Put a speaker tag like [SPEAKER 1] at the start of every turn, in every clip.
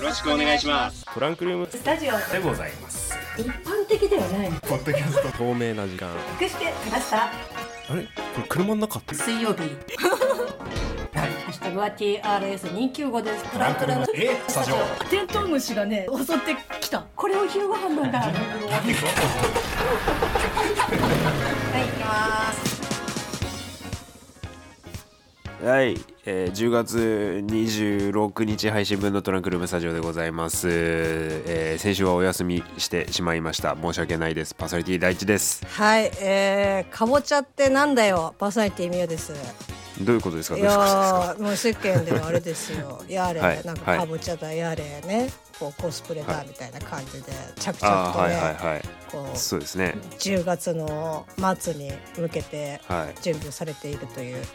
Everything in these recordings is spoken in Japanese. [SPEAKER 1] ろしくお願いします
[SPEAKER 2] トランクルーム
[SPEAKER 3] スタジオ
[SPEAKER 2] でございます
[SPEAKER 3] 一般的ではない
[SPEAKER 4] ポッドキャスト
[SPEAKER 2] 透明な時間
[SPEAKER 3] 隠してくださ
[SPEAKER 2] あれこれ車の中って
[SPEAKER 3] 水曜日ハッシュタグは TRS295 ですトランクルーム
[SPEAKER 4] えスタジオ
[SPEAKER 5] テントウムシがね襲ってきた
[SPEAKER 3] これを昼ご飯なんだはい行きます
[SPEAKER 2] はい、えー、10月26日配信分のトランクルームスタジオでございます、えー、先週はお休みしてしまいました申し訳ないですパーソナリティ第一です
[SPEAKER 6] はい、えー、かぼちゃってなんだよ、パーソナリティみよです。
[SPEAKER 2] どういうことですか
[SPEAKER 6] い
[SPEAKER 2] どういうことです
[SPEAKER 6] や
[SPEAKER 2] か
[SPEAKER 6] ー、もう世間ではあれです よ、やれ、
[SPEAKER 2] はい
[SPEAKER 6] なんか
[SPEAKER 2] はい
[SPEAKER 6] かぼちゃだ、やれね。こうコスプレだみたいな感じで、着々
[SPEAKER 2] あー
[SPEAKER 6] と
[SPEAKER 2] はい
[SPEAKER 6] ね、
[SPEAKER 2] はいはい
[SPEAKER 6] こう。
[SPEAKER 2] そうですね
[SPEAKER 6] 10月の末に向けて
[SPEAKER 2] はい
[SPEAKER 6] 準備をされているという、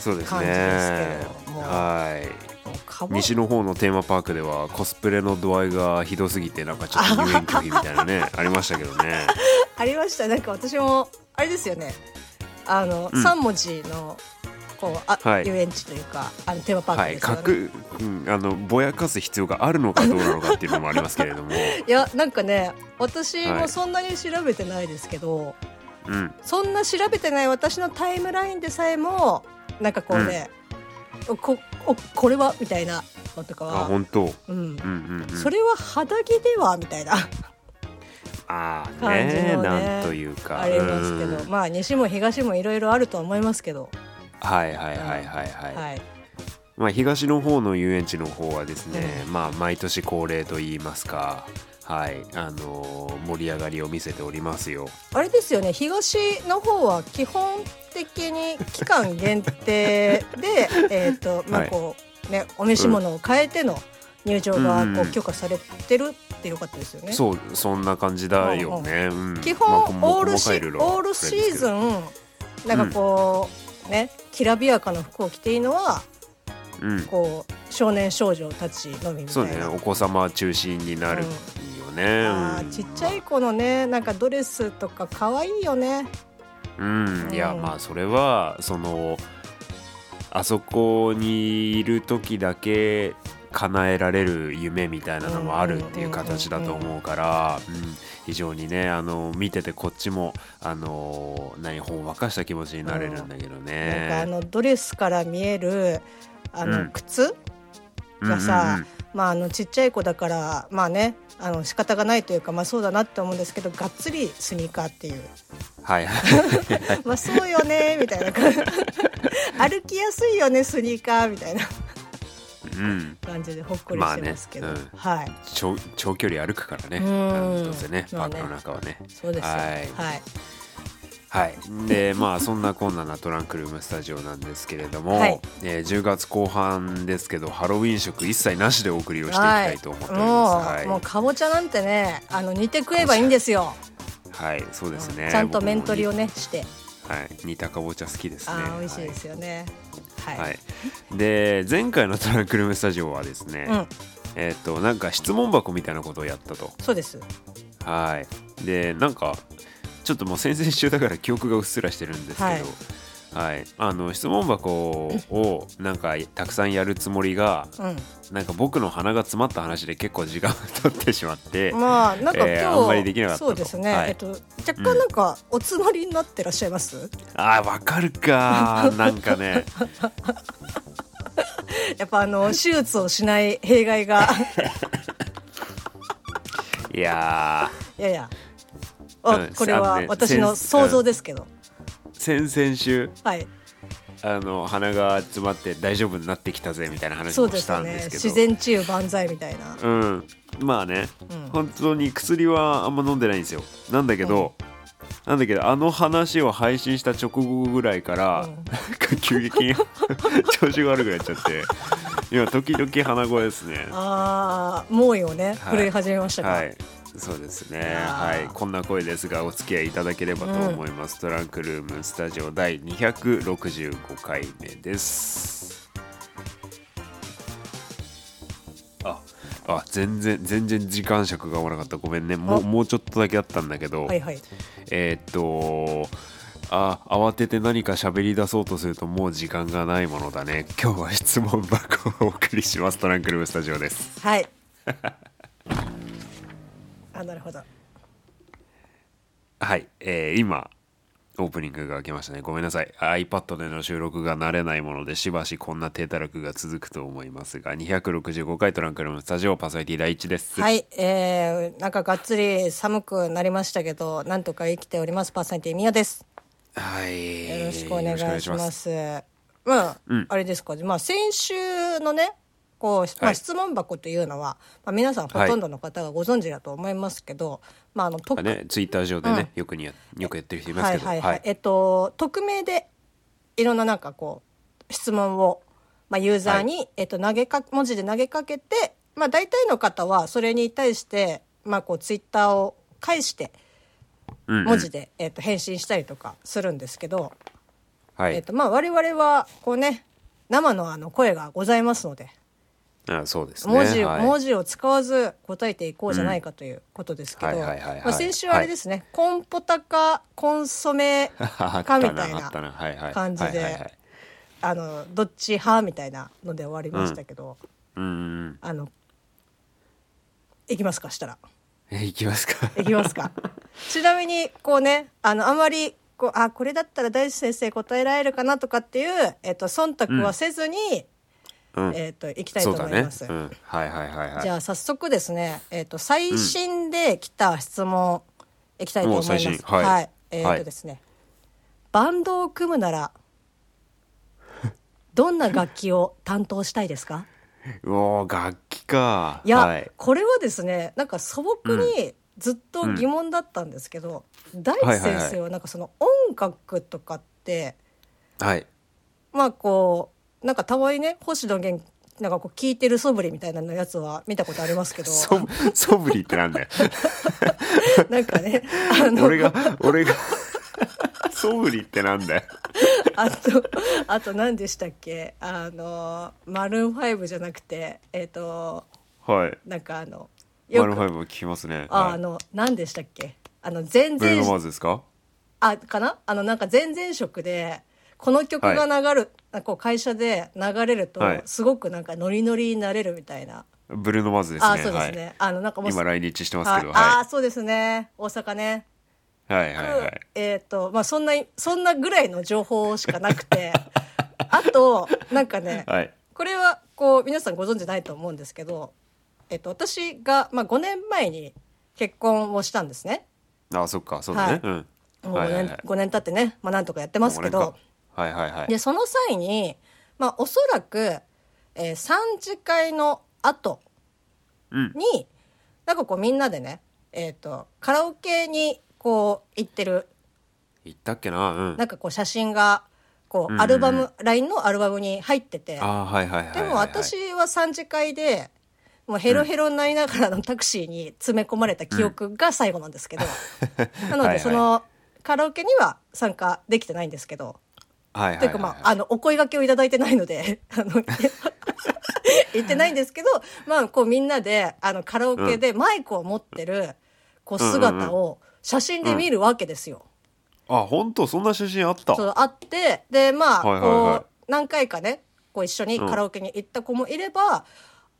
[SPEAKER 2] そうです
[SPEAKER 6] 感じ
[SPEAKER 2] ね
[SPEAKER 6] ですけれども
[SPEAKER 2] はい
[SPEAKER 6] もうかぼ
[SPEAKER 2] 西の方のテーマパークではコスプレの度合いがひどすぎてなんかちょっと入園拒否みたいな ねありましたけどね
[SPEAKER 6] ありましたなんか私もあれですよねあの、
[SPEAKER 2] うん
[SPEAKER 6] 三3文字のこうあ、
[SPEAKER 2] はい
[SPEAKER 6] 遊園地というかあのテーマパー
[SPEAKER 2] は
[SPEAKER 6] ク
[SPEAKER 2] い
[SPEAKER 6] ですよね、
[SPEAKER 2] 隠、うん、あのぼやかす必要があるのかどうなのかっていうのもありますけれども、
[SPEAKER 6] いやなんかね私
[SPEAKER 2] はい
[SPEAKER 6] もそんなに調べてないですけど、
[SPEAKER 2] うん、
[SPEAKER 6] そんな調べてない私のタイムラインでさえもなんかこうね、おこおこれはみたいなのとか
[SPEAKER 2] あ
[SPEAKER 6] は、
[SPEAKER 2] 本当
[SPEAKER 6] うん
[SPEAKER 2] うんうん、うん、
[SPEAKER 6] それは肌着ではみたいな
[SPEAKER 2] ああ
[SPEAKER 6] 感じのね
[SPEAKER 2] ねなんというか
[SPEAKER 6] ありますけど
[SPEAKER 2] うん
[SPEAKER 6] まあ西も東もいろいろあるとは思いますけど、
[SPEAKER 2] はいはいはいはいはい、
[SPEAKER 6] はい、
[SPEAKER 2] まあ、東の方の遊園地の方はですね、まあ、毎年恒例といいますかはいあのー盛り上がりを見せておりますよ
[SPEAKER 6] あれですよね東の方は基本的に期間限定 でえっとまあ
[SPEAKER 2] はい
[SPEAKER 6] こう、ねお召し物を変えての入場が
[SPEAKER 2] うん
[SPEAKER 6] こう許可されてるってよかったですよね。
[SPEAKER 2] そうそんな感じだよね、うん
[SPEAKER 6] 基本、
[SPEAKER 2] まあこも
[SPEAKER 6] オール
[SPEAKER 2] 細か
[SPEAKER 6] シ
[SPEAKER 2] いルールは
[SPEAKER 6] オールシーズ
[SPEAKER 2] あ
[SPEAKER 6] ンなんかこう、ねきらびやかな服を着ていいのは
[SPEAKER 2] れですけど
[SPEAKER 6] こう少年少女たちのみみ
[SPEAKER 2] うん、
[SPEAKER 6] た
[SPEAKER 2] そう
[SPEAKER 6] い
[SPEAKER 2] ね
[SPEAKER 6] な。
[SPEAKER 2] お子様中心になるよね、
[SPEAKER 6] あ
[SPEAKER 2] う
[SPEAKER 6] ー
[SPEAKER 2] ん
[SPEAKER 6] ちっちゃい子のねなんかドレスとか可愛いよね
[SPEAKER 2] うん、いや
[SPEAKER 6] うん
[SPEAKER 2] まあそれはそのあそこにいる時だけ叶えられる夢みたいなのもあるっていう形だと思うから、うん、非常にねあの見ててこっちもあの何ほんわかした気持ちになれるんだけ
[SPEAKER 6] な
[SPEAKER 2] ど
[SPEAKER 6] んかあ
[SPEAKER 2] ね。
[SPEAKER 6] のドレスから見えるあ
[SPEAKER 2] うん
[SPEAKER 6] の靴、
[SPEAKER 2] うん
[SPEAKER 6] がさまああのちっちゃい子だからまあねあの仕方がないというかまあそうだなって思うんですけどがっつりスニーカーっていう
[SPEAKER 2] うんはいはい
[SPEAKER 6] まあそうよねみたいな 感じ歩きやすいよねスニーカーみたいな
[SPEAKER 2] うん、
[SPEAKER 6] 感じでほっこりしてますけど、
[SPEAKER 2] まあねうん
[SPEAKER 6] はい
[SPEAKER 2] 長長距離歩くからね
[SPEAKER 6] うん
[SPEAKER 2] あのどうせねパ
[SPEAKER 6] ま
[SPEAKER 2] ー
[SPEAKER 6] あ
[SPEAKER 2] ク
[SPEAKER 6] ね
[SPEAKER 2] の中はね。
[SPEAKER 6] そうですよ
[SPEAKER 2] はい
[SPEAKER 6] はい
[SPEAKER 2] はい、でまあそんなこんななトランクルームスタジオなんですけれども、
[SPEAKER 6] はい
[SPEAKER 2] えー10月後半ですけどハロウィン食一切なしでお送りをしていき
[SPEAKER 6] は
[SPEAKER 2] た
[SPEAKER 6] い
[SPEAKER 2] いと思っております。は
[SPEAKER 6] も
[SPEAKER 2] い、
[SPEAKER 6] うもうかぼちゃなんてねあの煮て食えばいいんですよ
[SPEAKER 2] はいそうですね。
[SPEAKER 6] ちゃんと面取りをねして
[SPEAKER 2] 僕も。はい、煮たかぼちゃ好きですね。
[SPEAKER 6] あー美味しいですよねは、
[SPEAKER 2] はいい。はいで前回のトランクルームスタジオはですね、
[SPEAKER 6] うん
[SPEAKER 2] えっ、となんか質問箱みたいなことをやったと。
[SPEAKER 6] そうです
[SPEAKER 2] はい。で、なんか、ちょっともう先々週だから記憶がうっすらしてるんですけど、は
[SPEAKER 6] はいい。
[SPEAKER 2] あの質問箱をなんかたくさんやるつもりが
[SPEAKER 6] うん
[SPEAKER 2] なんか僕の鼻が詰まった話で結構時間を取ってしま って、
[SPEAKER 6] まあなんか今日、
[SPEAKER 2] えーあんまりできなかったと
[SPEAKER 6] そうですね、
[SPEAKER 2] はい
[SPEAKER 6] えっと若干なんかおつまりになってらっしゃいます、
[SPEAKER 2] あーわかるかーなんかね
[SPEAKER 6] やっぱあの手術をしない弊害 が
[SPEAKER 2] いや
[SPEAKER 6] いやいやあ
[SPEAKER 2] うん
[SPEAKER 6] これ
[SPEAKER 2] あの
[SPEAKER 6] は
[SPEAKER 2] ね
[SPEAKER 6] 私の想像ですけど、
[SPEAKER 2] ー先々週
[SPEAKER 6] はい
[SPEAKER 2] あの鼻が詰まって大丈夫になってきたぜみたいな話
[SPEAKER 6] そう
[SPEAKER 2] も
[SPEAKER 6] で
[SPEAKER 2] し
[SPEAKER 6] す
[SPEAKER 2] たんで
[SPEAKER 6] ね
[SPEAKER 2] すけど
[SPEAKER 6] 自然治癒万歳みたいな
[SPEAKER 2] うんまあね、
[SPEAKER 6] うん
[SPEAKER 2] 本当に薬はあんま飲んでないんですよなんだけど、なんだけどあの話を配信した直後ぐらいから、
[SPEAKER 6] うん
[SPEAKER 2] なんか急激に 調子が悪くなっちゃって今時々鼻声ですね
[SPEAKER 6] ああ猛威をね、
[SPEAKER 2] はい
[SPEAKER 6] 震え始めましたか、
[SPEAKER 2] はいそうですね
[SPEAKER 6] あ
[SPEAKER 2] は
[SPEAKER 6] ー
[SPEAKER 2] いこんな声ですがお付き合いいただければと思います、トランクルームスタジオ第265回目ですああ全然全然時間尺が合わなかったごめんねもう
[SPEAKER 6] あ
[SPEAKER 2] もうちょっとだけあったんだけど、
[SPEAKER 6] はいはい
[SPEAKER 2] えーっとあ慌てて何か喋り出そうとするともう時間がないものだね今日は質問箱をお送りしますトランクルームスタジオです
[SPEAKER 6] はい あなるほど
[SPEAKER 2] はい、えー今オープニングが開けましたねごめんなさい iPad での収録が慣れないものでしばしこんな低たらくが続くと思いますが265回トランクルームスタジオパーソナリティ第一です
[SPEAKER 6] はいえー、なんかがっつり寒くなりましたけどなんとか生きておりますパーソナリティみやです
[SPEAKER 2] はい
[SPEAKER 6] よろしくお願いします。
[SPEAKER 2] よろ
[SPEAKER 6] ま
[SPEAKER 2] しく
[SPEAKER 6] あ、あれですか、まあ、先週のね、こう、ま
[SPEAKER 2] は
[SPEAKER 6] あ、
[SPEAKER 2] い
[SPEAKER 6] 質問箱というのは、まあ、皆さんほとんどの方がご存知だと思いますけど、まあ、あの、
[SPEAKER 2] お願いしま
[SPEAKER 6] 特、
[SPEAKER 2] すねツイッター上でね、よくにやよくやってる人いますけど
[SPEAKER 6] はいはいはい、えっと匿名でいろんななんかこう質問を、まあ、ユーザーに、えっと、投げか文字で投げかけて、まあ、大体の方はそれに対して、まあ、こうツイッターを介して
[SPEAKER 2] うんうん
[SPEAKER 6] 文字で、えっと、返信したりとかするんですけど、
[SPEAKER 2] はい
[SPEAKER 6] えっとまあ、我々はこうね生のあの声がございますので
[SPEAKER 2] あそうですね
[SPEAKER 6] 文字,、
[SPEAKER 2] はい
[SPEAKER 6] 文字を使わず答えていこうじゃないかということですけ
[SPEAKER 2] は
[SPEAKER 6] ど
[SPEAKER 2] いはいはいはい
[SPEAKER 6] まあ先週あれですね、コンポタかコンソメ
[SPEAKER 2] あ
[SPEAKER 6] か
[SPEAKER 2] った
[SPEAKER 6] み
[SPEAKER 2] な
[SPEAKER 6] たい
[SPEAKER 2] あ
[SPEAKER 6] な
[SPEAKER 2] ったなはいはい
[SPEAKER 6] 感じで
[SPEAKER 2] はいはいはい
[SPEAKER 6] あのどっち派みたいなので終わりましたけど、
[SPEAKER 2] うんうん
[SPEAKER 6] あのいきますかしたら
[SPEAKER 2] えいきますか
[SPEAKER 6] いきますかちなみにこうねあのあまりこうあこれだったら大地先生答えられるかなとかっていう、えっと忖度はせずに、
[SPEAKER 2] うん
[SPEAKER 6] えっといきたいと思います、
[SPEAKER 2] そうだね、うん、はいはいはいはい
[SPEAKER 6] じゃあ早速ですね、えっと最新で来た質問いきたいと思います、
[SPEAKER 2] もう最新はい
[SPEAKER 6] え
[SPEAKER 2] は
[SPEAKER 6] っ
[SPEAKER 2] い
[SPEAKER 6] とですね、バンドを組むならどんな楽器を担当したいですか
[SPEAKER 2] うおー楽器か
[SPEAKER 6] いや、
[SPEAKER 2] はい、
[SPEAKER 6] これはですねなんか素朴にずっと疑問だったんですけど、大地先生はなんかその音楽とかって、
[SPEAKER 2] はい、
[SPEAKER 6] まあこうなんかたまにね星野源なんかこう聞いてる素振りみたいなのやつは見たことありますけど
[SPEAKER 2] そそぶりってなんだよ
[SPEAKER 6] なんかねあの
[SPEAKER 2] 俺が俺がそぶりってなんだよ
[SPEAKER 6] あとあと何でしたっけあのマルーン5じゃなくてえっ、と
[SPEAKER 2] はい
[SPEAKER 6] なんかあの
[SPEAKER 2] マ
[SPEAKER 6] よ
[SPEAKER 2] ル
[SPEAKER 6] く
[SPEAKER 2] ファイブも聞きますね
[SPEAKER 6] あ
[SPEAKER 2] はい
[SPEAKER 6] あの何でしたっけあの全
[SPEAKER 2] ブルー
[SPEAKER 6] 然
[SPEAKER 2] ノマーズですか
[SPEAKER 6] あかなあのなんか前々職でこの曲が流る、なんかこう会社で流れると
[SPEAKER 2] はい
[SPEAKER 6] すごくなんかノリノリになれるみたいな、
[SPEAKER 2] ブルーノマーズですね
[SPEAKER 6] あそうですね、
[SPEAKER 2] はい
[SPEAKER 6] あのなんかもう
[SPEAKER 2] 今来日してますけど
[SPEAKER 6] はいあ
[SPEAKER 2] は
[SPEAKER 6] あそうですね大阪ね、
[SPEAKER 2] いはいはいはい
[SPEAKER 6] えっ、とまあそんなそんなぐらいの情報しかなくて あとなんかね、
[SPEAKER 2] はい
[SPEAKER 6] これはこう皆さんご存知ないと思うんですけど、えっと私が、まあ、5年前に結婚をしたんですね
[SPEAKER 2] あそっかそうだね、
[SPEAKER 6] はい
[SPEAKER 2] うん
[SPEAKER 6] もう5
[SPEAKER 2] はい
[SPEAKER 6] 年,、
[SPEAKER 2] はいはい
[SPEAKER 6] 5年経ってね、まあ、なんとかやってますけど。
[SPEAKER 2] はいはいはい
[SPEAKER 6] でその際に、まあ、おそらく、えー、3次会の後
[SPEAKER 2] うん
[SPEAKER 6] に、なんかこうみんなでね、えー、とカラオケにこう行ってる
[SPEAKER 2] 行ったっけなうん
[SPEAKER 6] なんかこう写真がこ
[SPEAKER 2] うんうんう
[SPEAKER 6] うんアルバム、LINE のアルバムに入ってて
[SPEAKER 2] あーはいはいはいはい
[SPEAKER 6] で
[SPEAKER 2] はい
[SPEAKER 6] も私は3次会でもうヘロヘロになりながらのタクシーに詰め込まれた記憶が最後なんですけど、なの
[SPEAKER 2] はいは
[SPEAKER 6] で
[SPEAKER 2] い
[SPEAKER 6] そのカラオケには参加できてないんですけど。
[SPEAKER 2] はいはいはい
[SPEAKER 6] というかまあ、あの、お声掛けをいただいてないので、 あの、言ってないんですけど、まあ、こうみんなで、あの、カラオケでマイクを持ってる、こう姿を写真で見るわけですよ。
[SPEAKER 2] あ本当そんな写真あった
[SPEAKER 6] そう、あって、で、まあ、
[SPEAKER 2] はいはいはい
[SPEAKER 6] こう、何回かね、こう一緒に
[SPEAKER 2] うん
[SPEAKER 6] カラオケに行った子もいれば、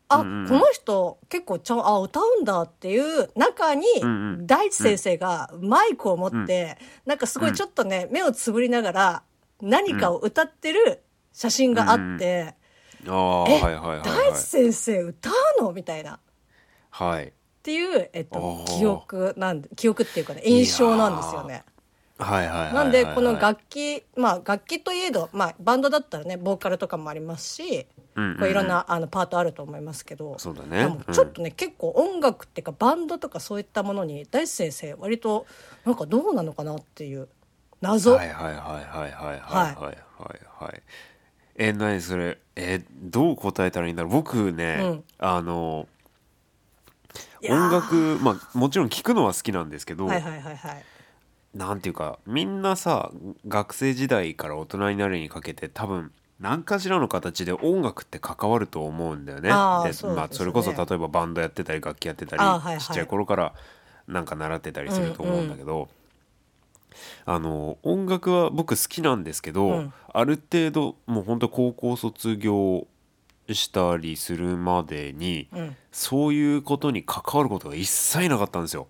[SPEAKER 6] あ、
[SPEAKER 2] うんうんうん
[SPEAKER 6] この人結構ちゃん、あ、歌うんだっていう中に
[SPEAKER 2] うんうん、
[SPEAKER 6] 大地先生がマイクを持って、なんかすごいちょっとね、目をつぶりながら何かを歌ってる写真があって、
[SPEAKER 2] ああ
[SPEAKER 6] え
[SPEAKER 2] はいはいはい
[SPEAKER 6] 大
[SPEAKER 2] は
[SPEAKER 6] 地
[SPEAKER 2] い
[SPEAKER 6] 先生歌うのみたいな。
[SPEAKER 2] はい
[SPEAKER 6] っていう、えっと
[SPEAKER 2] お、ー
[SPEAKER 6] 記憶なんで、記憶っていうかね、印象なんですよ
[SPEAKER 2] い
[SPEAKER 6] ね。
[SPEAKER 2] はいはいはい
[SPEAKER 6] なんで
[SPEAKER 2] はい
[SPEAKER 6] この楽器まあ楽器といえど、まあ、バンドだったらねボーカルとかもありますし
[SPEAKER 2] うんうんうん
[SPEAKER 6] こういろんなあのパートあると思いますけど
[SPEAKER 2] そうだ
[SPEAKER 6] で
[SPEAKER 2] ね
[SPEAKER 6] もちょっとね、結構音楽っていうかバンドとかそういったものに大地先生割となんかどうなのかなっていう謎、
[SPEAKER 2] はいはいはいはいはいはいはいはいはいえ何それえどう答えたらいいんだろう僕ね、
[SPEAKER 6] うん
[SPEAKER 2] あの
[SPEAKER 6] いやー
[SPEAKER 2] 音楽まあもちろん聞くのは好きなんですけど、
[SPEAKER 6] はいはいはいはい
[SPEAKER 2] なんていうかみんなさ学生時代から大人になるにかけて多分何かしらの形で音楽って関わると思うんだよね。
[SPEAKER 6] あー
[SPEAKER 2] で
[SPEAKER 6] そうですね
[SPEAKER 2] まあ、それこそ例えばバンドやってたり楽器やってたり、
[SPEAKER 6] あーはいはい
[SPEAKER 2] ちっちゃい頃からなんか習ってたりすると思うんだけど、あの音楽は僕好きなんですけど、
[SPEAKER 6] うん
[SPEAKER 2] ある程度もう本当高校卒業したりするまでに、
[SPEAKER 6] うん
[SPEAKER 2] そういうことに関わることが一切なかったんですよ。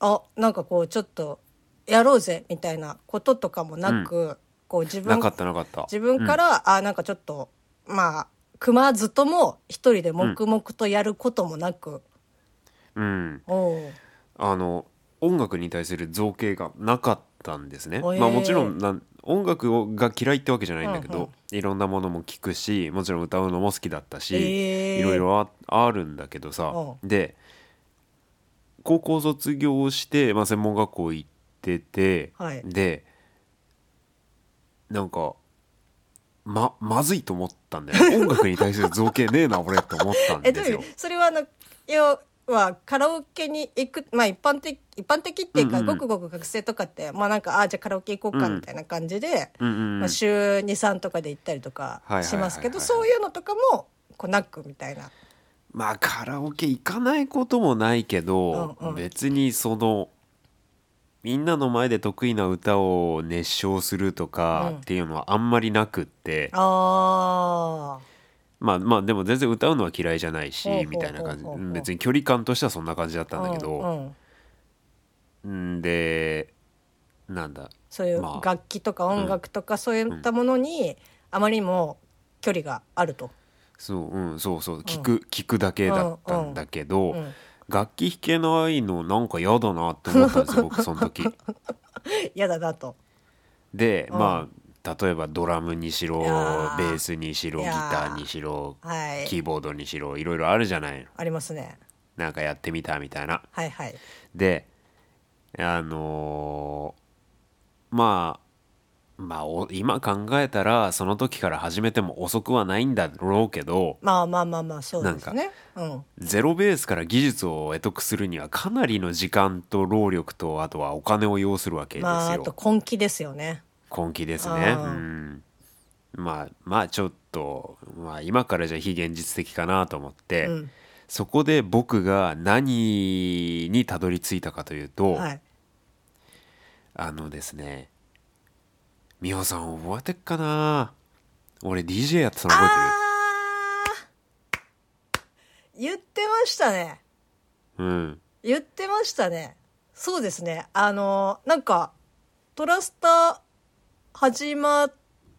[SPEAKER 6] あなんかこうちょっとやろうぜみたいなこととかもなく、こう自
[SPEAKER 2] な
[SPEAKER 6] 分
[SPEAKER 2] かったなかった。
[SPEAKER 6] 自分から、あなんかちょっとまあ組まずとも一人で黙々とやることもなく、
[SPEAKER 2] うん、うん
[SPEAKER 6] おう
[SPEAKER 2] あの音楽に対する造形がなかったんですね。
[SPEAKER 6] へー
[SPEAKER 2] まあもちろんなん音楽をが嫌いってわけじゃないんだけど、
[SPEAKER 6] うんうん
[SPEAKER 2] いろんなものも聞くしもちろん歌うのも好きだったし、
[SPEAKER 6] へー
[SPEAKER 2] いろいろああるんだけどさ、
[SPEAKER 6] う
[SPEAKER 2] で高校卒業して、まあ、専門学校行ってて、
[SPEAKER 6] はい
[SPEAKER 2] でなんかままずいと思ったんだよね音楽に対する造形ねえな俺と思ったん
[SPEAKER 6] えどう
[SPEAKER 2] です
[SPEAKER 6] いう
[SPEAKER 2] よ。
[SPEAKER 6] それはあの要はカラオケに行くまあ一般的一般的っていうか、
[SPEAKER 2] うんうん
[SPEAKER 6] ごくごく学生とかってまあなんかあじゃあカラオケ行こうか
[SPEAKER 2] うん
[SPEAKER 6] みたいな感じで、
[SPEAKER 2] うんうん
[SPEAKER 6] まあ、週23とかで行ったりとか
[SPEAKER 2] はいはいはいはい
[SPEAKER 6] しますけどそういうのとかもこうなくみたいな。
[SPEAKER 2] まあカラオケ行かないこともないけど、
[SPEAKER 6] うんうん
[SPEAKER 2] 別にそのみんなの前で得意な歌を熱唱するとか
[SPEAKER 6] うん
[SPEAKER 2] っていうのはあんまりなくって、
[SPEAKER 6] あ
[SPEAKER 2] まあまあでも全然歌うのは嫌いじゃないし
[SPEAKER 6] ほうほう
[SPEAKER 2] みたいな感じ
[SPEAKER 6] ほうほうほう
[SPEAKER 2] 別に距離感としてはそんな感じだったんだけ
[SPEAKER 6] う
[SPEAKER 2] ど、
[SPEAKER 6] んうん
[SPEAKER 2] んでなんだ
[SPEAKER 6] そういう
[SPEAKER 2] まあ
[SPEAKER 6] 楽器とか音楽とかそういったものにあまりにも距離があると。
[SPEAKER 2] そう,、うん、そうそう聞く、聞くだけだったんだけど、
[SPEAKER 6] うん
[SPEAKER 2] 楽器弾けないのなんか嫌だなって思ったんですよ僕その時。
[SPEAKER 6] 嫌だなと。
[SPEAKER 2] で、
[SPEAKER 6] うん
[SPEAKER 2] まあ例えばドラムにしろ
[SPEAKER 6] い
[SPEAKER 2] ベ
[SPEAKER 6] やー
[SPEAKER 2] ースにしろ
[SPEAKER 6] い
[SPEAKER 2] ギ
[SPEAKER 6] や
[SPEAKER 2] タ
[SPEAKER 6] ー
[SPEAKER 2] ーにしろ
[SPEAKER 6] はい。
[SPEAKER 2] キーボードにしろいろいろあるじゃないの
[SPEAKER 6] ありますね。
[SPEAKER 2] なんかやってみたみたいな。
[SPEAKER 6] はいはい。
[SPEAKER 2] であのーまあまあお今考えたらその時から始めても遅くはないんだろうけど
[SPEAKER 6] まあまあまあまあそうですね。うん。
[SPEAKER 2] ゼロベースから技術を得得するにはかなりの時間と労力とあとはお金を要するわけですよ。
[SPEAKER 6] まああと根気ですよね。
[SPEAKER 2] 根気ですね。
[SPEAKER 6] あ
[SPEAKER 2] う
[SPEAKER 6] ー
[SPEAKER 2] ん、まあまあちょっと、まあ、今からじゃ非現実的かなと思って、
[SPEAKER 6] うん
[SPEAKER 2] そこで僕が何にたどり着いたかというと、
[SPEAKER 6] はい。
[SPEAKER 2] あのですね美穂さん覚えてっかな俺 DJ やってたの覚
[SPEAKER 6] あー言ってましたね。
[SPEAKER 2] えてるうん
[SPEAKER 6] 言ってましたね。そうですね。あの、なんか、トラスタ始ま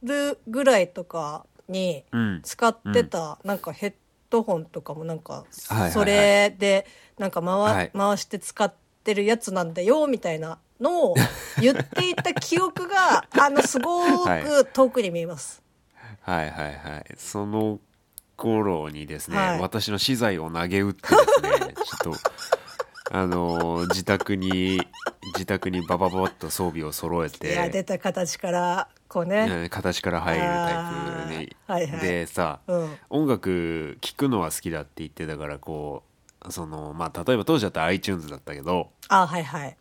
[SPEAKER 6] るぐらいとかに
[SPEAKER 2] うん
[SPEAKER 6] 使ってた、なんかヘッドホンとかもなんか、
[SPEAKER 2] はいはい
[SPEAKER 6] それで、なんか回、
[SPEAKER 2] はい
[SPEAKER 6] 回して使ってるやつなんだよ、みたいなのを言っていた記憶が、あの、すご
[SPEAKER 2] はい
[SPEAKER 6] く遠くに見えます。
[SPEAKER 2] はいはいはいその頃にですね、
[SPEAKER 6] はい
[SPEAKER 2] 私の資材を投げ打ってですねちょっと あのー自宅に自宅にババババッと装備を揃え
[SPEAKER 6] いや、出
[SPEAKER 2] て、
[SPEAKER 6] た形から、こうね。
[SPEAKER 2] うん形から入るタイプに、
[SPEAKER 6] あーはいはい
[SPEAKER 2] でさ、
[SPEAKER 6] うん。
[SPEAKER 2] 音楽聴くのは好きだって言ってたからこうそのまあ例えば当時だったら iTunes だったけど
[SPEAKER 6] あ、はいはい。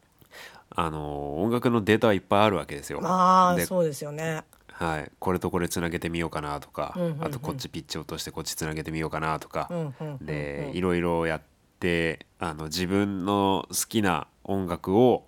[SPEAKER 2] あのー音楽のデータはいっぱいあるわけですよ。
[SPEAKER 6] ああ、
[SPEAKER 2] で
[SPEAKER 6] そうですよね。
[SPEAKER 2] はい、これとこれつなげてみようかなとか、
[SPEAKER 6] うんうんうん
[SPEAKER 2] あとこっちピッチ落としてこっちつなげてみようかなとか、
[SPEAKER 6] うんうんうんうん
[SPEAKER 2] でいろいろやってあの自分の好きな音楽を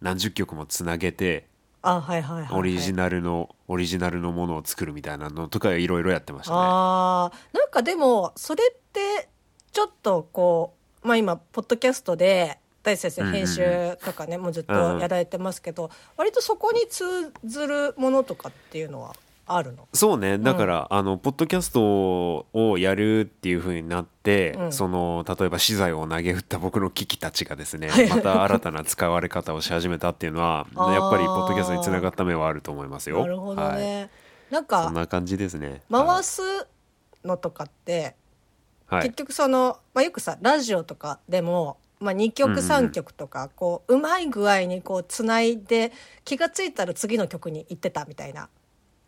[SPEAKER 2] 何十曲もつなげて
[SPEAKER 6] あ、はいはいはい、はい。
[SPEAKER 2] オリジナルのオリジナルのものを作るみたいなのとかいろいろやってましたね。
[SPEAKER 6] あーなんかでもそれってちょっとこうまあ今ポッドキャストで大地先
[SPEAKER 2] う
[SPEAKER 6] 生
[SPEAKER 2] んうんうん
[SPEAKER 6] 編集とかね、もうずっと
[SPEAKER 2] うんうん
[SPEAKER 6] やられてますけど、割とそこに通ずるものとかっていうのはあるの
[SPEAKER 2] そうねだから、あのポッドキャストをやるっていう風になって、
[SPEAKER 6] うん
[SPEAKER 2] その例えば資材を投げ打った僕の機器たちがですね
[SPEAKER 6] はい
[SPEAKER 2] また新たな使われ方をし始めたっていうのは
[SPEAKER 6] あー
[SPEAKER 2] やっぱりポッドキャストにつながった面はあると思いますよ。
[SPEAKER 6] なるほど
[SPEAKER 2] はい
[SPEAKER 6] ね、なん
[SPEAKER 2] そん
[SPEAKER 6] か
[SPEAKER 2] な感じですね。
[SPEAKER 6] 回すのとかって、
[SPEAKER 2] はい、
[SPEAKER 6] 結局その、まあ、よくさラジオとかでも、まあ、2曲
[SPEAKER 2] うんうん
[SPEAKER 6] 3曲とか、こううまい具合にこうつないで気がついたら次の曲に行ってたみたいな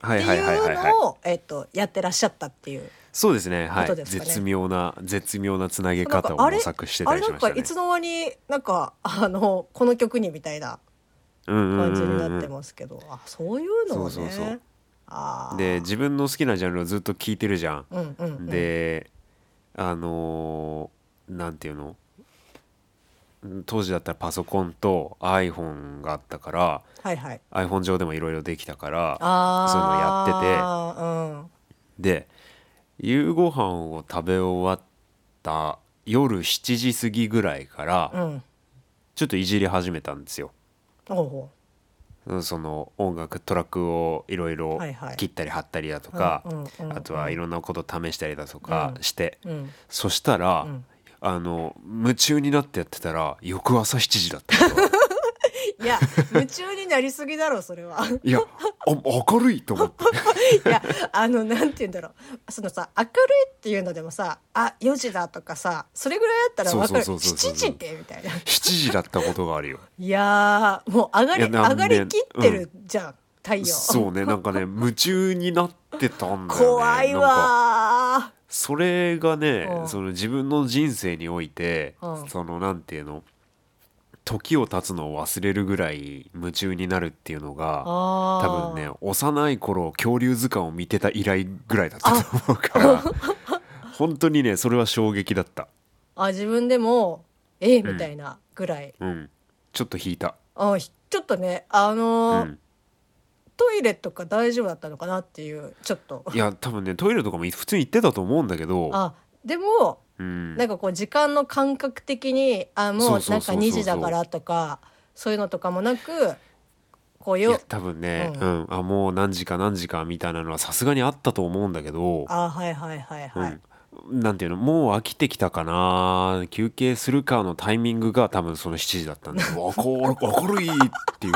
[SPEAKER 2] は
[SPEAKER 6] っ
[SPEAKER 2] い
[SPEAKER 6] て
[SPEAKER 2] はいいはいはいうはい。
[SPEAKER 6] のを、えっと、やってらっしゃったっていう。
[SPEAKER 2] そうですね。は
[SPEAKER 6] こと
[SPEAKER 2] い。
[SPEAKER 6] ですかね
[SPEAKER 2] 絶妙な絶妙なつなげ
[SPEAKER 6] なん
[SPEAKER 2] 方
[SPEAKER 6] か
[SPEAKER 2] を
[SPEAKER 6] あれ
[SPEAKER 2] 模索して
[SPEAKER 6] あ
[SPEAKER 2] た
[SPEAKER 6] れ
[SPEAKER 2] りし
[SPEAKER 6] なん
[SPEAKER 2] ました
[SPEAKER 6] か
[SPEAKER 2] ね。
[SPEAKER 6] いつの間になんかあのこの曲にみたいな
[SPEAKER 2] うんうん
[SPEAKER 6] 感じに
[SPEAKER 2] う
[SPEAKER 6] なっ
[SPEAKER 2] ん
[SPEAKER 6] て
[SPEAKER 2] うん。
[SPEAKER 6] ますけど、あそういうのをね
[SPEAKER 2] そうそうそう
[SPEAKER 6] あー
[SPEAKER 2] で自分の好きなジャンルをずっと聞いてるじゃん。
[SPEAKER 6] うんうんうん、
[SPEAKER 2] であのーなんていうの当時だったらパソコンと iPhone があったから
[SPEAKER 6] はいはい。
[SPEAKER 2] iPhone 上でもいろいろできたから
[SPEAKER 6] ああ。
[SPEAKER 2] そういうのや
[SPEAKER 6] やってて。
[SPEAKER 2] で夕ご飯を食べ終わった夜7時過ぎぐらいから、
[SPEAKER 6] うん。うん。
[SPEAKER 2] ちょっといじり始めたんですよ。
[SPEAKER 6] ほうほ
[SPEAKER 2] その音楽トラックをいろいろ
[SPEAKER 6] はいはい
[SPEAKER 2] 切ったり貼ったりだとか
[SPEAKER 6] うんうんうんうん
[SPEAKER 2] あとはいろんなこと試したりだとかして、
[SPEAKER 6] う。うん。
[SPEAKER 2] そしたら、
[SPEAKER 6] ん
[SPEAKER 2] あの夢中になってやってたら翌朝7時だ ったの
[SPEAKER 6] い や、夢中になりすぎだろ、それは。
[SPEAKER 2] いやあ明るいと思って
[SPEAKER 6] いやあのなんて言うんだろうそのさ明るいっていうのでもさあ4時だとかさそれぐらいだったら分かる
[SPEAKER 2] そうそうそうそう
[SPEAKER 6] 7時
[SPEAKER 2] そう
[SPEAKER 6] ってみたいな
[SPEAKER 2] 7時だったことが あるよ。
[SPEAKER 6] いやーもう上がり、
[SPEAKER 2] いやな
[SPEAKER 6] 上
[SPEAKER 2] んで
[SPEAKER 6] がりきってるじゃん、太陽
[SPEAKER 2] そうねなんかね夢中になってたんだよね。
[SPEAKER 6] 怖い
[SPEAKER 2] なんか
[SPEAKER 6] わ
[SPEAKER 2] それがね、
[SPEAKER 6] うん
[SPEAKER 2] その自分の人生において、
[SPEAKER 6] うん
[SPEAKER 2] そのなんていうの時を経つのを忘れるぐらい夢中になるっていうのが
[SPEAKER 6] あー
[SPEAKER 2] 多分ね幼い頃恐竜図鑑を見てた以来ぐらいだったと思うから本当にねそれは衝撃だった、
[SPEAKER 6] ーあ自分でもええみたいなぐらい、
[SPEAKER 2] うん、ちょっと引いた、
[SPEAKER 6] あひちょっとねあ
[SPEAKER 2] う
[SPEAKER 6] のー
[SPEAKER 2] ん、
[SPEAKER 6] トイレとか大丈夫だったのかなっていうちょっと
[SPEAKER 2] いや多分ねトイレとかも普通に行ってたと思うんだけど、
[SPEAKER 6] あでも
[SPEAKER 2] うん、
[SPEAKER 6] なんかこう時間の感覚的にあもう
[SPEAKER 2] そ
[SPEAKER 6] な
[SPEAKER 2] うんそう
[SPEAKER 6] か
[SPEAKER 2] そうそうそう
[SPEAKER 6] 2時だからとかそういうのとかもなくこう
[SPEAKER 2] いや
[SPEAKER 6] よ
[SPEAKER 2] 多分ね、う
[SPEAKER 6] うん
[SPEAKER 2] あもう何時か何時かみたいなのはさすがにあったと思うんだけど、
[SPEAKER 6] あはいはいはいはい、
[SPEAKER 2] うん、なんていうのもう飽きてきたかな休憩するかのタイミングが多分その7時だったんで わかるわかるいっていう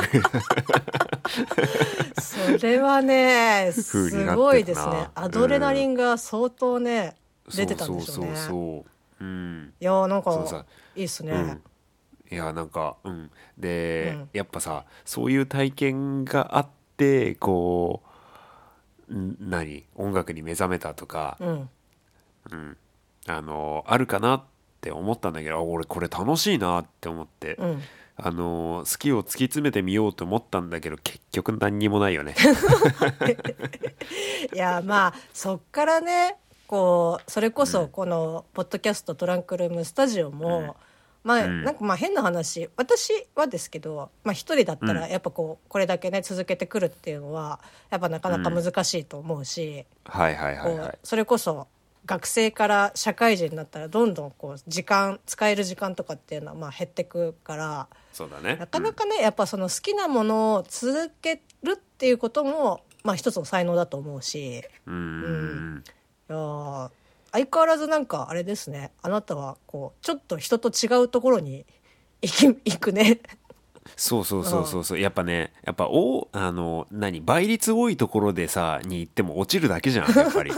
[SPEAKER 6] それはね
[SPEAKER 2] 風になって
[SPEAKER 6] す
[SPEAKER 2] んな
[SPEAKER 6] ごいですね
[SPEAKER 2] うん
[SPEAKER 6] アドレナリンが相当ね、 出てたんでしょう
[SPEAKER 2] そうそう
[SPEAKER 6] ね
[SPEAKER 2] そうそううん
[SPEAKER 6] いやーなん
[SPEAKER 2] そうさ
[SPEAKER 6] かいいっすね、
[SPEAKER 2] うんいやなんかうんで、
[SPEAKER 6] うん
[SPEAKER 2] やっぱさそういう体験があってこうん何音楽に目覚めたとか、
[SPEAKER 6] うん
[SPEAKER 2] うん、あのあるかなって思ったんだけどあ俺これ楽しいなって思って、
[SPEAKER 6] うん
[SPEAKER 2] あの好きを突き詰めてみようと思ったんだけど結局何にもない よね。
[SPEAKER 6] いやまあそっからねこうそれこそこのポッドキャスト「トランクルームスタジオも」まあ、
[SPEAKER 2] うん
[SPEAKER 6] なんかまあ変な話私はですけど、まあ、一人だった
[SPEAKER 2] う
[SPEAKER 6] らやっぱこうこれだけね続けてくるっていうのはやっぱなかなか難しいと思うし、
[SPEAKER 2] はいはいはいは
[SPEAKER 6] こ。
[SPEAKER 2] いう
[SPEAKER 6] それこそ学生から社会人になったらどんどんこう時間使える時間とかっていうのはまあ減ってくから。
[SPEAKER 2] そうだね。
[SPEAKER 6] なかなかね、やっぱその好きなものを続けるっていうことも、まあ一つの才能だと思うし、
[SPEAKER 2] うん。うんうん
[SPEAKER 6] いやー相変わらずなんかあれですねあなたはこうちょっと人と違うところに行き行くね
[SPEAKER 2] そうそうそうそうそう。やっぱね、やっぱおあの何倍率多いところでさに行っても落ちるだけじゃんやっ ぱり。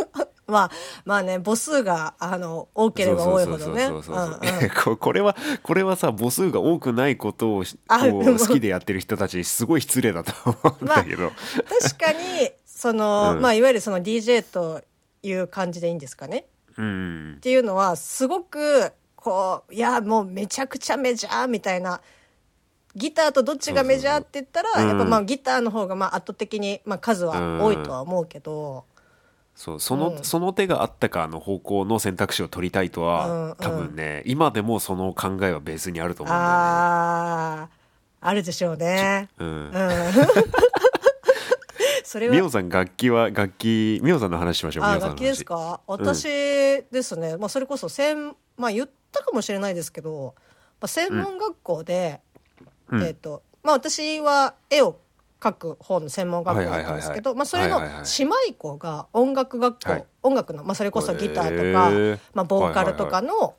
[SPEAKER 6] まあまあね母数があの多ければ多いほどね
[SPEAKER 2] そうそうそうそう
[SPEAKER 6] うんうん
[SPEAKER 2] そう ここれはこれはさ母数が多くないことをし
[SPEAKER 6] あ
[SPEAKER 2] こう
[SPEAKER 6] でも
[SPEAKER 2] 好きでやってる人たちにすごい失礼だと思うんだけど、
[SPEAKER 6] 確かにその、
[SPEAKER 2] うん
[SPEAKER 6] まあいわゆるその DJ という感じでいいんですかね
[SPEAKER 2] うん
[SPEAKER 6] っていうのはすごくこういやもうめちゃくちゃメジャーみたいなギターとどっちがメジャーって言ったら
[SPEAKER 2] そうそうそううん
[SPEAKER 6] やっぱまあギターの方がまあ圧倒的に、まあ、数は多いとは思うけど、
[SPEAKER 2] そうその、
[SPEAKER 6] うん
[SPEAKER 2] その手があったかの方向の選択肢を取りたいとは、
[SPEAKER 6] うんうん
[SPEAKER 2] 多分ね今でもその考えはベースにあると思うんだ
[SPEAKER 6] あーあるでしょうね。
[SPEAKER 2] よね。
[SPEAKER 6] うん。それ
[SPEAKER 2] うん、ミ
[SPEAKER 6] は
[SPEAKER 2] オさん楽器は楽器ミオさんの話しましょうミ
[SPEAKER 6] あ
[SPEAKER 2] オさんの
[SPEAKER 6] 楽
[SPEAKER 2] 話
[SPEAKER 6] 器ですか。
[SPEAKER 2] ん
[SPEAKER 6] 私ですね。まあそれこそ専まあ言ったかもしれないですけど、まあ専門学校で、
[SPEAKER 2] うん
[SPEAKER 6] えっ、とまあ私は絵を描く方の専門学校だったんですけど、
[SPEAKER 2] はいはいはいはい
[SPEAKER 6] まあそれの
[SPEAKER 2] はいはいはい
[SPEAKER 6] 姉妹校が音楽学校、
[SPEAKER 2] はい
[SPEAKER 6] 音楽のまあそれこそギターと
[SPEAKER 2] へ
[SPEAKER 6] か
[SPEAKER 2] ー、
[SPEAKER 6] まあボーカルとかの、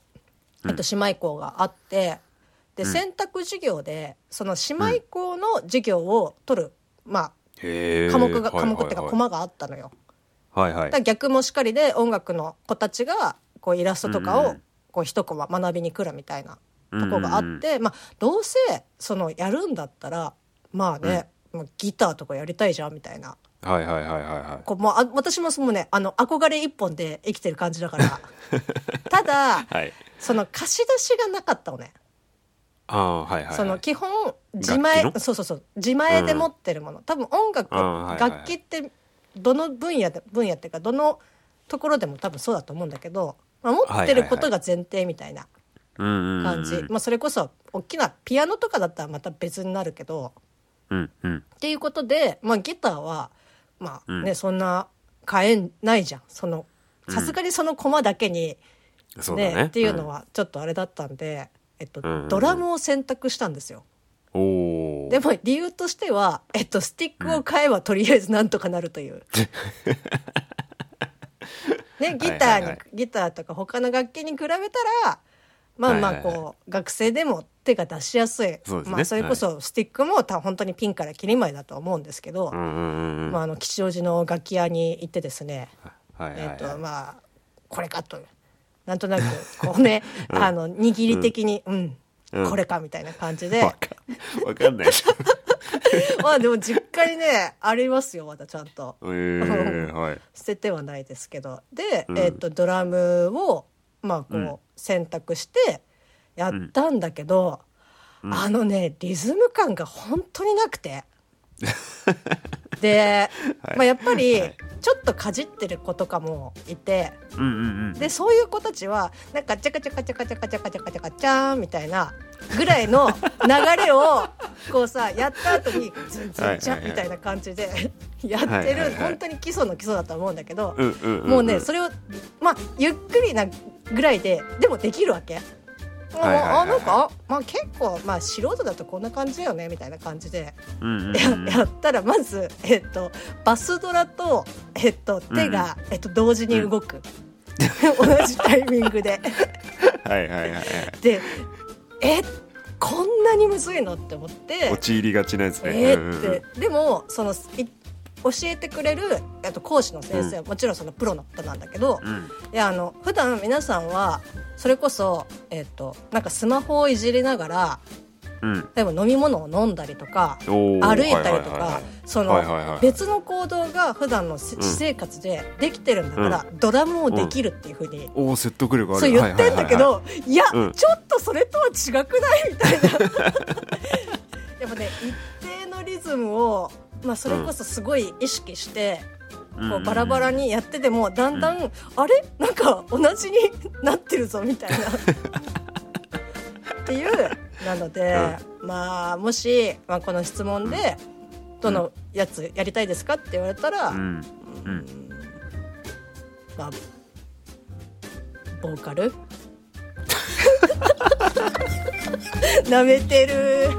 [SPEAKER 2] うん
[SPEAKER 6] えっと姉妹校があって。で
[SPEAKER 2] うん
[SPEAKER 6] 選択授業でその姉妹校の授業を取る、まあ科目が、科目っていうかコマがあったのよ。
[SPEAKER 2] はいはい
[SPEAKER 6] だから逆もしかりで音楽の子たちがこうイラストとか
[SPEAKER 2] うんう
[SPEAKER 6] を
[SPEAKER 2] ん
[SPEAKER 6] こう一コマ学びに来るみたいな
[SPEAKER 2] と
[SPEAKER 6] とこがあって、まあどうせそのやるんだったらまあね、もうギターとかやりたいじゃんみたいな
[SPEAKER 2] はいはいはいはいは
[SPEAKER 6] こうもうあ私もそのねあの憧れ一本で生きてる感じだから ただ
[SPEAKER 2] いはい
[SPEAKER 6] その貸し出しがなかったのね。
[SPEAKER 2] ああはいはいはい
[SPEAKER 6] その基本自前
[SPEAKER 2] 楽器の
[SPEAKER 6] そうそうそう自前で持ってるもの、多分音楽、
[SPEAKER 2] あーはいはい
[SPEAKER 6] 楽器ってどの分野で分野っていうかどのところでも多分そうだと思うんだけど、まあ、持ってることが前提みたいな、
[SPEAKER 2] うんうんうん
[SPEAKER 6] 感じ、まあ、それこそ大きなピアノとかだったらまた別になるけど
[SPEAKER 2] うんうん
[SPEAKER 6] っていうことで、まあ、ギターはまあね、
[SPEAKER 2] うん
[SPEAKER 6] そんな買えないじゃんその
[SPEAKER 2] うん
[SPEAKER 6] さすがにその駒だけに、
[SPEAKER 2] そうだ
[SPEAKER 6] ね
[SPEAKER 2] ね
[SPEAKER 6] っていうの、はちょっとあれだったんで、えっと
[SPEAKER 2] うんうんうん
[SPEAKER 6] ドラムを選択したんですよ。
[SPEAKER 2] うんおお
[SPEAKER 6] でも理由としては、えっと、スティックを買えばとりあえずなんとかなるという。ね、ギターに、
[SPEAKER 2] はいはいはい
[SPEAKER 6] ギターとか他の楽器に比べたらまあまあこう、
[SPEAKER 2] はいはい
[SPEAKER 6] 学生でも手が出しやすい
[SPEAKER 2] そうですね
[SPEAKER 6] まあ、それこそスティックもた本当にピンから切り前だとは思うんですけど、
[SPEAKER 2] うんうんうんうん
[SPEAKER 6] まあ、あの吉祥寺の楽器屋に行ってですね、
[SPEAKER 2] はいはい
[SPEAKER 6] え
[SPEAKER 2] は
[SPEAKER 6] っ
[SPEAKER 2] い
[SPEAKER 6] とまあこれかとなんとなくこう ね、あの握り的に、うん
[SPEAKER 2] うん
[SPEAKER 6] これかみたいな感じで。
[SPEAKER 2] わかわ かんないでしょ
[SPEAKER 6] まあでも実家にねありますよまだちゃんと
[SPEAKER 2] えー、はい
[SPEAKER 6] 捨ててはないですけどで、
[SPEAKER 2] うん
[SPEAKER 6] えっとドラムをまあこ
[SPEAKER 2] うん
[SPEAKER 6] う選択してやったんだけど、
[SPEAKER 2] うん
[SPEAKER 6] あのねリズム感が本当になく て。で、
[SPEAKER 2] はい
[SPEAKER 6] まあ、やっぱり
[SPEAKER 2] はい
[SPEAKER 6] ちょっとかじってる子とかもいて
[SPEAKER 2] うんうんうん
[SPEAKER 6] でそういう子たちはなんかチャカチャカチャカチャカチャカチャカチャカチャーンみたいなぐらいの流れ をこうさやった後にズンズンチ
[SPEAKER 2] はいはいは
[SPEAKER 6] ャ
[SPEAKER 2] い
[SPEAKER 6] みたいな感じで や
[SPEAKER 2] は
[SPEAKER 6] っ
[SPEAKER 2] い
[SPEAKER 6] て
[SPEAKER 2] はい
[SPEAKER 6] る
[SPEAKER 2] はい
[SPEAKER 6] 本当に基礎の基礎だと思うんだけど
[SPEAKER 2] うんうんうん
[SPEAKER 6] もうねそれをまあゆっくりなぐらいででもできるわけ。もう
[SPEAKER 2] はいはいはいはい
[SPEAKER 6] あなんかあまあ結構まあ素人だとこんな感じだよねみたいな感じで
[SPEAKER 2] うんうんうん
[SPEAKER 6] ややったらまずえっとバスドラとえっと手がえっと同時に動く 同じタイミングで。
[SPEAKER 2] はいはいはい はい
[SPEAKER 6] でえこんなにむずいのって思って
[SPEAKER 2] 陥りがちなやつね
[SPEAKER 6] え
[SPEAKER 2] うんうん
[SPEAKER 6] ーってでもそのい教えてくれるえっと講師の先生はもちろんそのプロの方なんだけど、
[SPEAKER 2] うん
[SPEAKER 6] いやあの普段皆さんはそれこそ、えっとなんかスマホをいじりながら
[SPEAKER 2] うん
[SPEAKER 6] 例えば飲み物を飲んだりとか
[SPEAKER 2] おー
[SPEAKER 6] 歩いたりと
[SPEAKER 2] はいはいはいは
[SPEAKER 6] か
[SPEAKER 2] い
[SPEAKER 6] そ
[SPEAKER 2] はい
[SPEAKER 6] の
[SPEAKER 2] はいはい
[SPEAKER 6] 別の行動が普段のせ私生活でできてるんだから、ドラムをできるっていうふうに
[SPEAKER 2] おお説得力ある
[SPEAKER 6] そう言ってんだけど、いや、
[SPEAKER 2] うん
[SPEAKER 6] ちょっとそれとは違くないみたいな やっぱね一定のリズムを、まあ、それこそすごい意識して、こうバラバラにやっててもだんだん、あれなんか同じになってるぞみたいなっていうなので、まあもし、まあ、この質問で、どのやつやりたいですかって言われたら、
[SPEAKER 2] うんうんうん
[SPEAKER 6] まあボーカル なめてる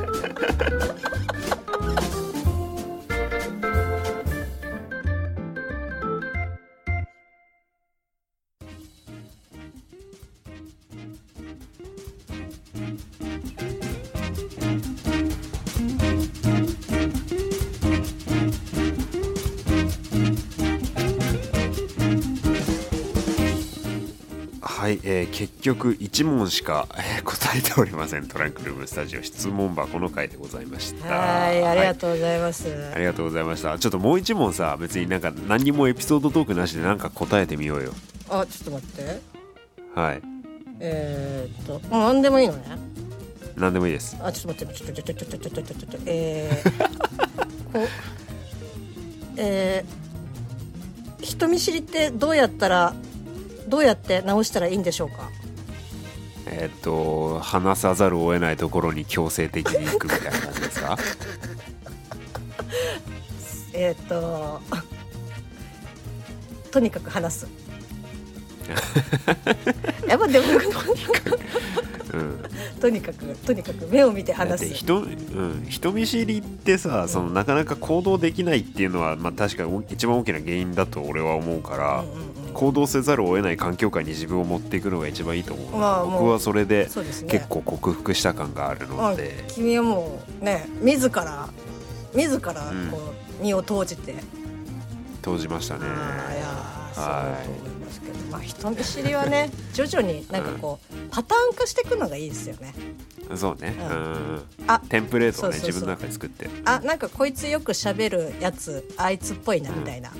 [SPEAKER 2] はい、えー結局1問しか、えー答えておりませんトランクルームスタジオ質問箱の回でございました
[SPEAKER 6] はいありがとうございます、
[SPEAKER 2] はいありがとうございましたちょっともう1問さ別になんか何にもエピソードトークなしでなんか答えてみようよ
[SPEAKER 6] あちょっと待って
[SPEAKER 2] はい
[SPEAKER 6] えー、っともう何でもいいのね
[SPEAKER 2] 何でもいいです
[SPEAKER 6] あちょっと待ってちょっとちょっとちょっとちょっとちょっとちょっとえー、 こうえー、人見知りってどうやったらどうやって直したらいいんでしょうか
[SPEAKER 2] えーっと話さざるを得ないところに強制的に行くみたいな感じで すか
[SPEAKER 6] えー、っと とにかく 話すやっぱでも
[SPEAKER 2] うん
[SPEAKER 6] とにかくとにかく目を見て話
[SPEAKER 2] だって
[SPEAKER 6] す
[SPEAKER 2] 人,、うん、人見知りってさそのなかなか行動できないっていうのは、まあ、確かに一番大きな原因だと俺は思うから、
[SPEAKER 6] うんうんうん
[SPEAKER 2] 行動せざるを得ない環境下に自分を持っていくのが一番いいと思う,、
[SPEAKER 6] まあもう
[SPEAKER 2] 僕はそれで
[SPEAKER 6] そうですね
[SPEAKER 2] 結構克服した感がある
[SPEAKER 6] ま
[SPEAKER 2] の
[SPEAKER 6] あ
[SPEAKER 2] で、
[SPEAKER 6] 君はもうね自ら自ら
[SPEAKER 2] うん
[SPEAKER 6] こう身を投じて、
[SPEAKER 2] 投じましたね
[SPEAKER 6] ああいや
[SPEAKER 2] は
[SPEAKER 6] ー
[SPEAKER 2] い
[SPEAKER 6] そうだと思いますけど、まあ人見知りは ね徐々になんかこう、パターン化していくのがいいですよね
[SPEAKER 2] そうね、
[SPEAKER 6] う
[SPEAKER 2] うんん
[SPEAKER 6] あ
[SPEAKER 2] テンプレートを
[SPEAKER 6] そ
[SPEAKER 2] ね
[SPEAKER 6] うそうそう
[SPEAKER 2] 自分の中で作って
[SPEAKER 6] あなんかこいつよく喋るやつあいつっぽいなみたいな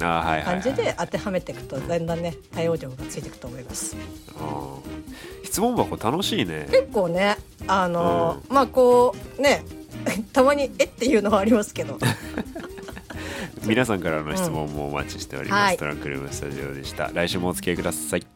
[SPEAKER 2] あーはいはい、
[SPEAKER 6] 感
[SPEAKER 2] はい、
[SPEAKER 6] じで当てはめていくとだんだんね対応量がついていくと思います
[SPEAKER 2] うん質問箱楽しいね
[SPEAKER 6] 結構ねあのーまあこうね たまにえっていうのはありますけど
[SPEAKER 2] 皆さんからの質問もお待ちしております、
[SPEAKER 6] はい
[SPEAKER 2] トランクルームスタジオでした来週もお付き合いください